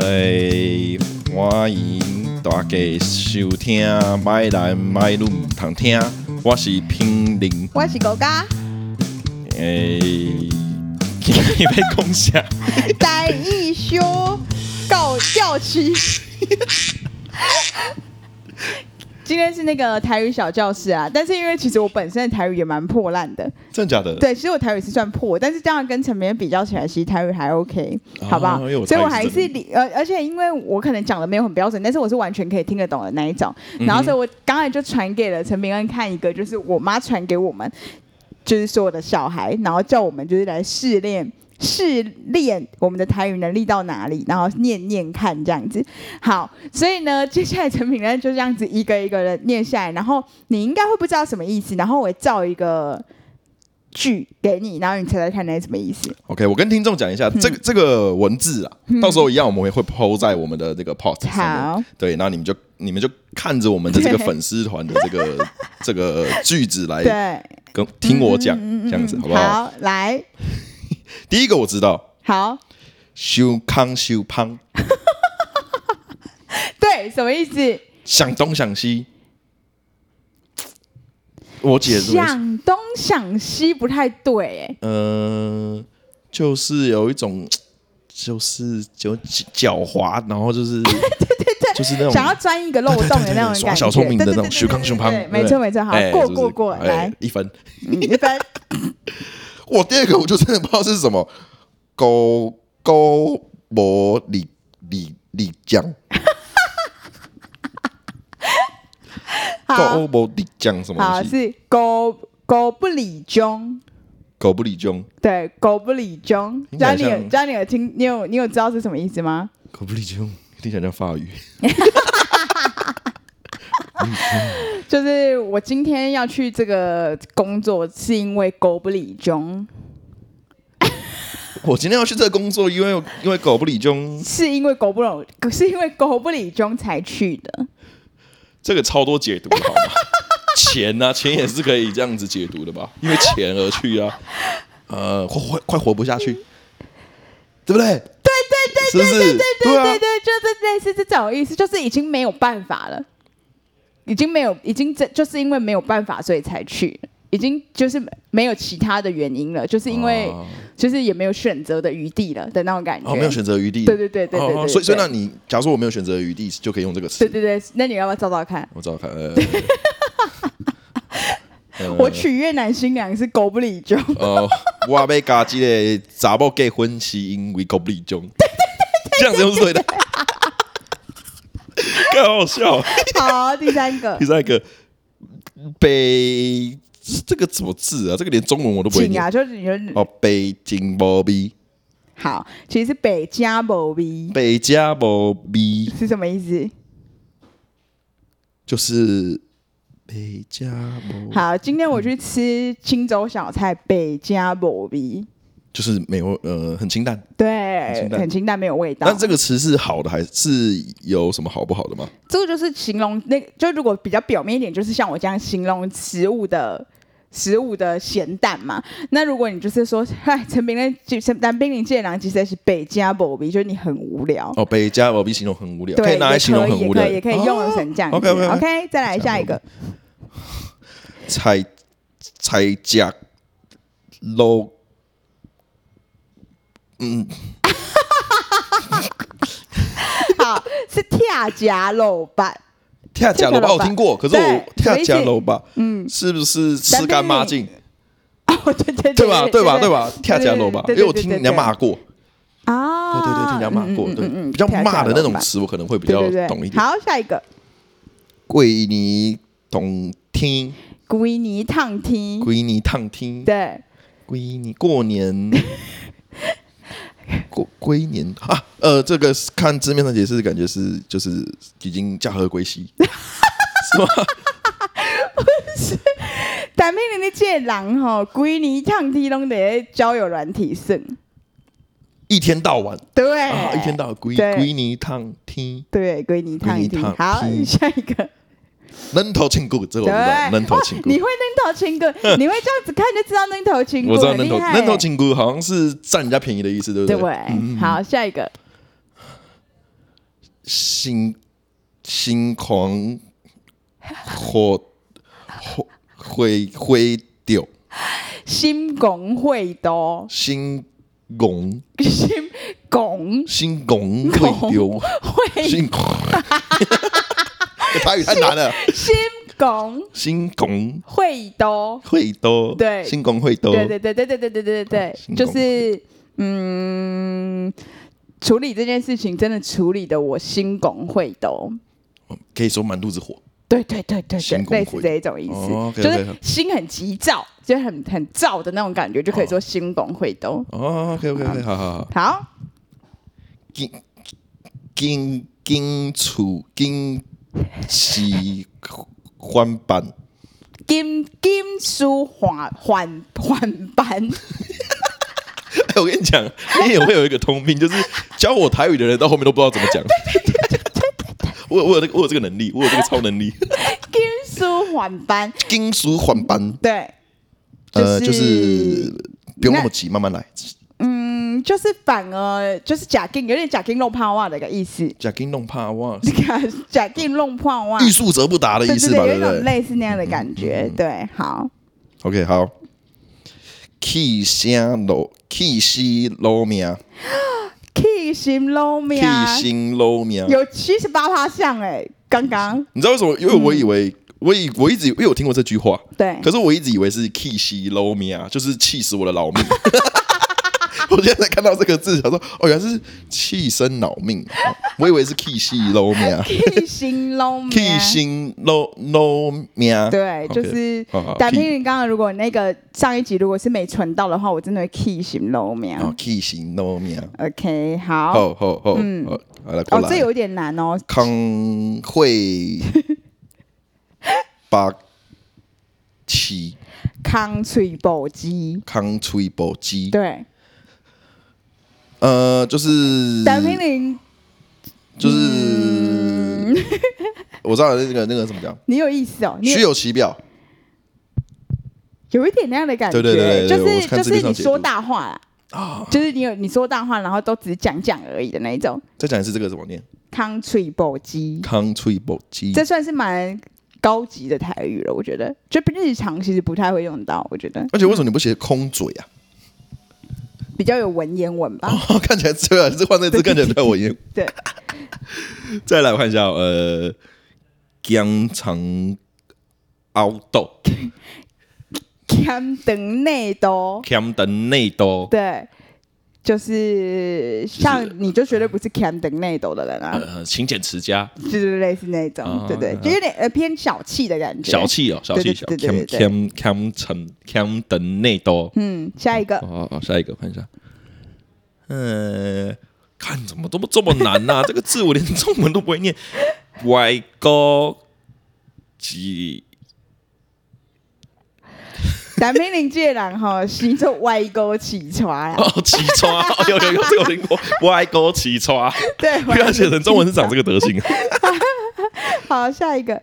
诶、哎欢迎大家收听《麦来麦论》，通听，我是平林。我是 狗嘎，诶、哎今日要讲啥？在一休告 教区。今天是那个台语小教室啊，但是因为其实我本身的台语也蛮破烂的，真的假的？对，其实我台语是算破，但是这样跟陈明比较起来，其实台语还 OK，啊好不好？因为我所以我台还语是是理，呃而而且因为我可能讲的没有很标准，但是我是完全可以听得懂的那一种。然后所以我刚才就传给了陈明恩看一个，就是我妈传给我们，就是所有的小孩，然后叫我们就是来试练。试练我们的台语能力到哪里，然后念念看这样子。好，所以呢，接下来陈品恩就这样子一个一个的念下来，然后你应该会不知道什么意思，然后我会造一个句给你，然后你猜猜看那是什么意思？ OK，我跟听众讲一下，嗯这个这个文字啊，到时候一样我们会 PO 在我们的这个 Post 上好面。对，然后你们就你们就看着我们的这个粉丝团的这 个这个句子来对，跟听我讲，这样子嗯好不好？好，来，第一个我知道，好，修康修胖，对，什么意思？想东想西。我解读一下，想东想西不太对，哎，嗯，就是有一种，就是就狡猾，然后就是，对对对，就是那种想要钻一个漏 洞的那种感觉，耍小聪明的那对对种，对虚对康对虚胖对，没错没错，好，哎过过过，来，一分。嗯一分，我第二个我就真的不知道是什么，狗狗磨里里里 酱，好狗磨里酱什么好东西？是狗狗不理中。狗不理中，对，狗不理中。听起家来你有像家你有听，你有你有知道是什么意思吗？狗不理中，听起来像法语。就是我今天要去这个工作，是因为狗不理中，我今天要去这个工作，因为因为狗不理中，是因为狗不拢，是因为狗不理中才去的。这个超多解读的好吗？ 钱呢、啊，钱也是可以这样子解读的吧？因为钱而去啊，呃，快活快活不下去，对不对？对对对对对对啊对对，就是类似这种意思，就是已经没有办法了，已经没有，已经这就是因为没有办法，所以才去，已经就是没有其他的原因了，就是因为、哦就是也没有选择的余地了的那种感觉。哦，没有选择余地。对对对对对哦哦对所以所以对那你假如说我没有选择余地，就可以用这个词对。对对，那你要不要找找看？我找看，呃，呃我娶越南新娘是狗不理中。哦，我要甲即个查某结婚是因为狗不理中，这样子用是 对的，更好笑。 好，第三 个第，三个北这个怎么字啊？这个连中文我都不会请念啊，就是你说哦。北京无味，好，其实是北加某逼北家无味，是什么意思？就是北家无，好，今天我去吃青州小菜，北加某逼，就是没有呃很清淡。对清，淡很清淡，没有味道但。这个词是好的还是有什么好不好的吗？这个就是形容那，就如果比较表面一点，就是像我这样形容食物的。食物的咸淡嘛，那如果你就是说， 哎，陈炳仁，就陈陈炳林这人其实是北加某逼，就是你很无聊，哦，北加无比形容很无聊，对，以拿来也形容很无聊，啊哦也可以也可以用啊成这样子。 OK，OK，OK OK，再来下一个，菜菜加肉，好，是跳夹肉板，跳加肉吧，我听过，可是我对跳加什么意肉吧，嗯，是不是吃干抹净？ 哦，对 对对吧？对吧？对吧？跳加肉肉吧，因为我听人家骂过，对啊，对对，听人家骂过，嗯对嗯嗯嗯比较骂的那种跳夹肉板词，我可能会比对较对对懂一点。好，下一个，桂泥懂听，龟泥烫听，桂泥烫听，对，归你过 年，过归年啊，呃，这个是看字面上解释，感觉是就是已经驾鹤归 西，是吗？但面人的这人吼，龟泥烫听拢得交友软体上，一天到晚对，啊，一天到晚归哎对归泥烫天，对龟泥烫龟听，泥烫好听，下一个。扔头庆骨，这个我知道，扔头庆你骨，会扔 头青哥，你会这样子看就知道扔头青哥，我知道很扔头厉害扔头庆骨好像是占人家便宜的意思，对不嗯对对？不对嗯，好，下一个心心狂火火会会丢心拱会斗，心拱心拱心拱会丢会心 拱，台语太难了，心拱心拱会斗，会多，对心拱会多，对对对对对对对对对心对，拱就是嗯，处理这件事情真的处理的我心拱会斗。可以说满肚子火，对对对对对心，拱类似会这一种意思，哦，OK，OK，就是心很急躁，就是很很躁的那种感觉，就可以说心拱会斗。哦，OK OK OK，好好好，好，金金金楚金 喜欢版。金金书缓缓缓班， 哎，我跟你讲，你也会有一个通病，就是教我台语的人到后面都不知道怎么 讲。我有我有那个我有这个能力，我有这个超能力，金书缓班， 金属缓搬，对，呃，就就是是不用那么急，慢慢来。嗯，就是反而就是假金，有点假金弄胖袜的一个意思， 假金弄怕忘， 假金弄胖袜，欲速则不达的对意对思吧，对，对有一不种对嗯类似那样的感觉，对，好， ？OK，好。气声落，气息落命，气心露气面，心落命。有七十八趴像哎，刚刚你知道为什么？因为我以为，我以我一直以为因为我听过这句话，对，可是我一直以为是气息 low me 啊，就是气死我的老命。 我现在才看到这个字，想说哦，原来是气生老命，哦我以为是气息 low me 啊，气心露面，气心 low low me 啊。对， OK，就是好好打气听你刚刚如果那个上一集如果是没存到的话，我真的会 key 型露面。哦，气心 low me 啊， OK，好，哦好好好，好好来过哦，这来，有一点难哦。康会把气康脆宝鸡，康吹波机，对，呃，就是打听你，就是、 我知道那个那个怎么讲，你有意思哦，嗯你虚有其表，有一点那样的感觉，对对对对对就我是看就字面是上你解说读大话啦，就是你有你说大话，然后都只是讲讲而已的那一种。再讲一次这个怎么念康脆宝鸡， ？Contribute 鸡这算是蛮高级的台语了，我觉得，就日常其实不太会用到，我觉得而且为什么你不写空嘴啊？比较有文言文吧。 哦，看起来虽然是换这个字，看起来比较 文言。对，再来我看一下哦，呃，姜肠凹豆， 캠等内都姜的内豆，对，就是像你就绝对不是 cam 等内斗的人啊，呃，勤俭持家，就是类似那种，啊对对，啊就有点呃偏小气的感觉。小，气哦，小气对小，对对对对姜姜城姜的内豆。嗯，下一个哦哦，哦下一个看一下，呃，看怎么都不这么难呐、 这个字我连中文都不会念，外高几。南平林界人哈，是做歪勾起床啊啦，哦，起刷，哦有有有，这个我听 过，歪勾起刷，对，不要写成中文是长这个。个德行啊。 好，下一个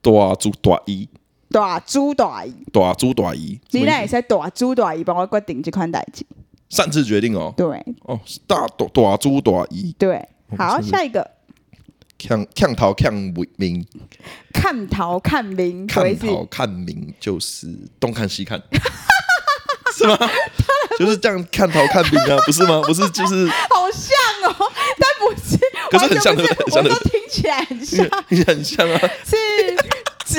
大猪大姨，大猪大姨，大猪大姨，你什么那意也思是大猪大姨帮我决定这款代志，擅自决定哦。对哦，大大大猪大姨，对。是好，不是下一个看看头看明，看头看明，所以看是头看明就是东看西看， 是 吗？就是这样看头看明啊，不是吗？不是就是好像哦，但不是，可是很像完全不是对不对很像对不我对都听起来很像，很像啊。是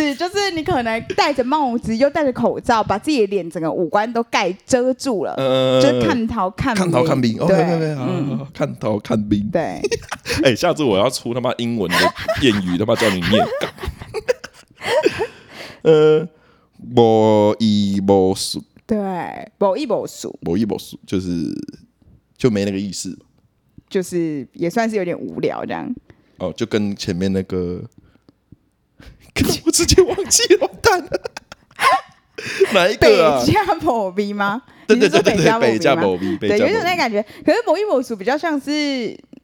指就是你可能戴着帽子又戴着口罩，把自己的脸整个五官都盖遮住了，呃，就是看头看看头看明，OK 对 OK，好好嗯，好，看头看明。对，哎、下次我要出他妈英文的谚语，他妈叫你念。干呃，无一无数，对，某一某数无一无数，就是就没那个意思就是也算是有点无聊这样。哦，就跟前面那个，我直接忘记了，完蛋了，哪一北个啊？加某 V 吗？对你对是说对对对，北加加某 V 吗？某逼，对，北加有一种那某感觉。可是某一某属比较像是，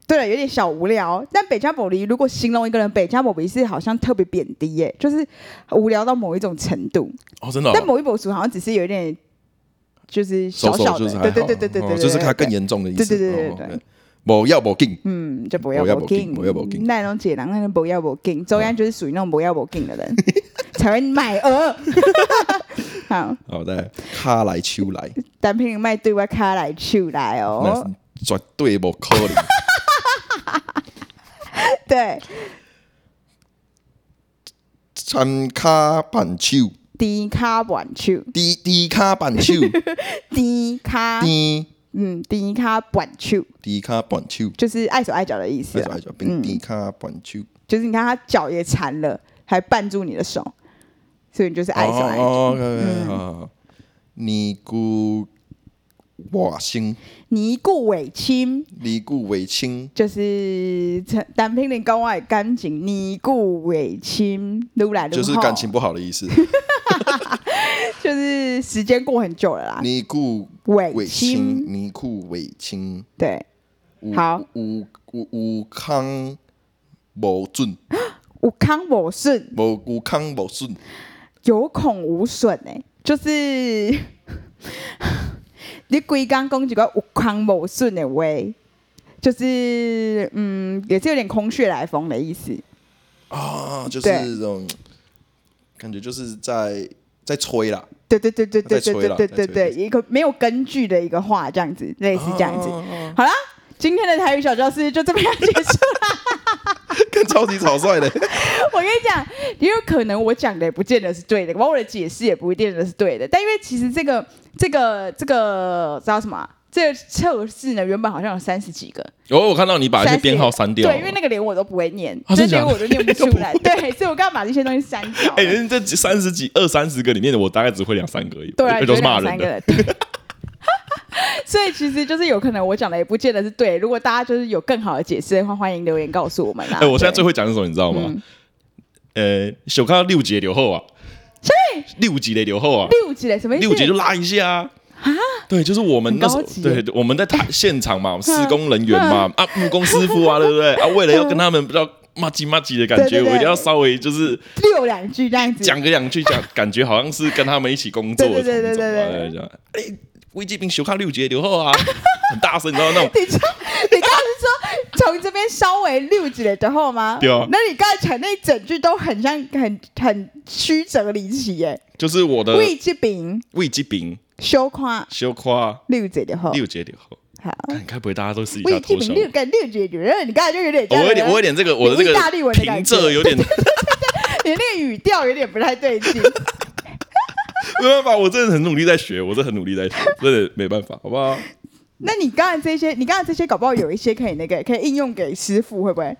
对了，有点小无聊。但北加某离如果形容一个人，北加某离是好像特别贬低耶、就是无聊到某一种程度。哦，真的、但哦。某一某属好像只是有一点，就是小手小手就的，是还好，对对对对对对哦对，就是它对更严重的意思。对对对对哦对，OK 某要某劲，嗯，就不不要要不不敬敬，不要不敬那种解囊，那种不要不敬。周安就是属于那种不要不敬的人，才会买鹅。好，好再来，哦卡来秋来，单凭卖对外卡来去来那哦，是绝对不可能。对，参卡板手，低卡晚去，低低卡板 手，低卡，低嗯，低卡晚去，低卡板手，就是碍手碍脚的意思那啊是爱叫变低卡板手。就是你看他脚也缠了，还绊住你的手，所以你就是碍手碍脚。哦，OK，好，嗯尼姑瓦星，尼固尾亲尼姑为亲，就是呃单凭你讲我的感情，尼固尾亲撸来撸就是去感情不好的意 思。就是时间过很久了啦。尼姑尾为亲亲，尼姑为亲，对，有好，有有有康无准，无康无顺，无有康无顺，有恐无损哎、就是 你规刚讲一个无康无顺的话，就是嗯，也是有点空穴来风的意思。啊，就是对这种感觉，就是在在吹啦，对对对对对再吹对对啦对再对吹对，再一个没有根据的一个话，这样子，类似这样子。啊啊 啊好啦，今天的台语小教室就这么样结束了。看超级草 率的，我跟你讲，也有可能我讲的也不见得是对的，完我的解释也不一定的是对的。但因为其实这个这个这个知道什么啊、这个测试呢，原本好像有三十几个，哦，我看到你把一些30编号删掉了，对，因为那个连我都不会念，啊这真的假连的我都念不出 来，对，所以我刚刚把这些东西删掉了。哎、人家这三十几、二三十个里面，我大概只会两三个而已，对啊，而且就都是骂人两三个 的。人。对所以其实就是有可能我讲的也不见得是对，如果大家就是有更好的解释的话，欢迎留言告诉我们啦。啊哎、我现在最后会讲是什么，你知道嗯吗？呃，小看到六节留后啊，六级的留后啊，六级嘞，什么意思？六节就拉一下啊。对，就是我们那时候很高级，嗯耶对，我们在 台现场嘛，施工人员嘛，啊，木工师傅啊，对不对？啊，为了要跟他们比较骂唧骂唧的感觉，对对对我一定要稍微就是六两句这样子。讲个两句，讲感觉好像是跟他们一起工作的对对对同种对啊对对这样哎，微机兵小看六节留后啊，很大声，你知道那种你知道你刚才是说从这边稍微溜起来之后吗？对啊那你刚才讲那一整句都很像很很曲折离奇耶。就是我的魏志炳魏机兵小看小夸溜起来后，六节留后，好，看该不会大家都私底下魏志偷笑炳我？六跟溜起呃来，你刚才就有点这我样有点，我有点这个，我的这意大利个文的感平觉仄有 点你那个语调有点不太对 劲。没办法，我真的很努力在学，我真的很努力在学，真的没办法，好不好？那你刚才这些，你刚才这些搞不好有一些可以那个可以应用给师傅，会不会？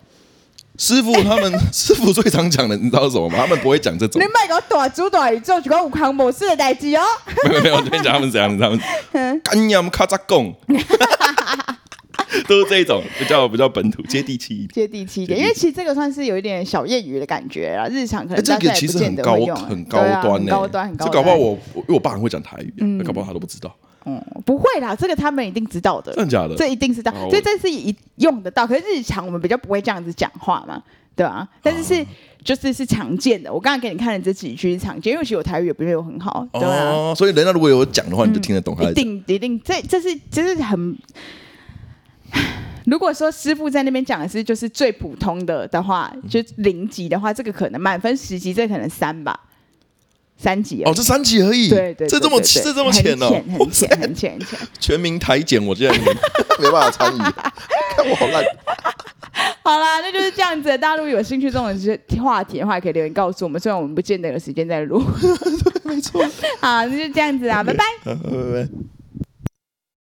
师傅他 们，师傅最常讲的，你知道是什么吗？他们不会讲这种你，卖个大主大宇宙，就讲有康模式的代志哦。没有没有，我跟你讲他们怎样，你知道嗯吗？干娘咔嚓贡， 都是这一种比较比较本土接地气一 点。接地气一点，因为其实这个算是有一点小业余的感觉啦，日常可哎，能这大个家其也实不很见得高会用啊、很高对啊端很呢，高端，很高这搞端。不好我我因为我爸很会讲台语啊，嗯搞不好他都不知道，嗯，不会啦，这个他们一定知道的，真的假的？这一定知道哦，所以这是一用得到。可是日常我们比较不会这样子讲话嘛，对啊，但是是、哦就是是常见的。我刚才给你看的这几句是常见，因为其实我台语也不是有很好，对啊。哦，所以人家如果有讲的话，你就听得懂他在一讲。定一定，这这是这是很。 如果说师傅在那边讲的是就是最普通的的话，就嗯零级的话，这个可能满分十级，这可能三吧，三级而已哦，这三级而已，对对，这这对么对对这这么浅哦，很浅很浅很浅很浅。全民台检，我竟 然没办法参与， 看我好烂。 好啦，那就是这样子。大家如果有兴趣这种话题的话，也可以留言告诉我们，虽然我 们不见得有时间在录。没错。好，那就这样子啊，拜拜。 拜拜。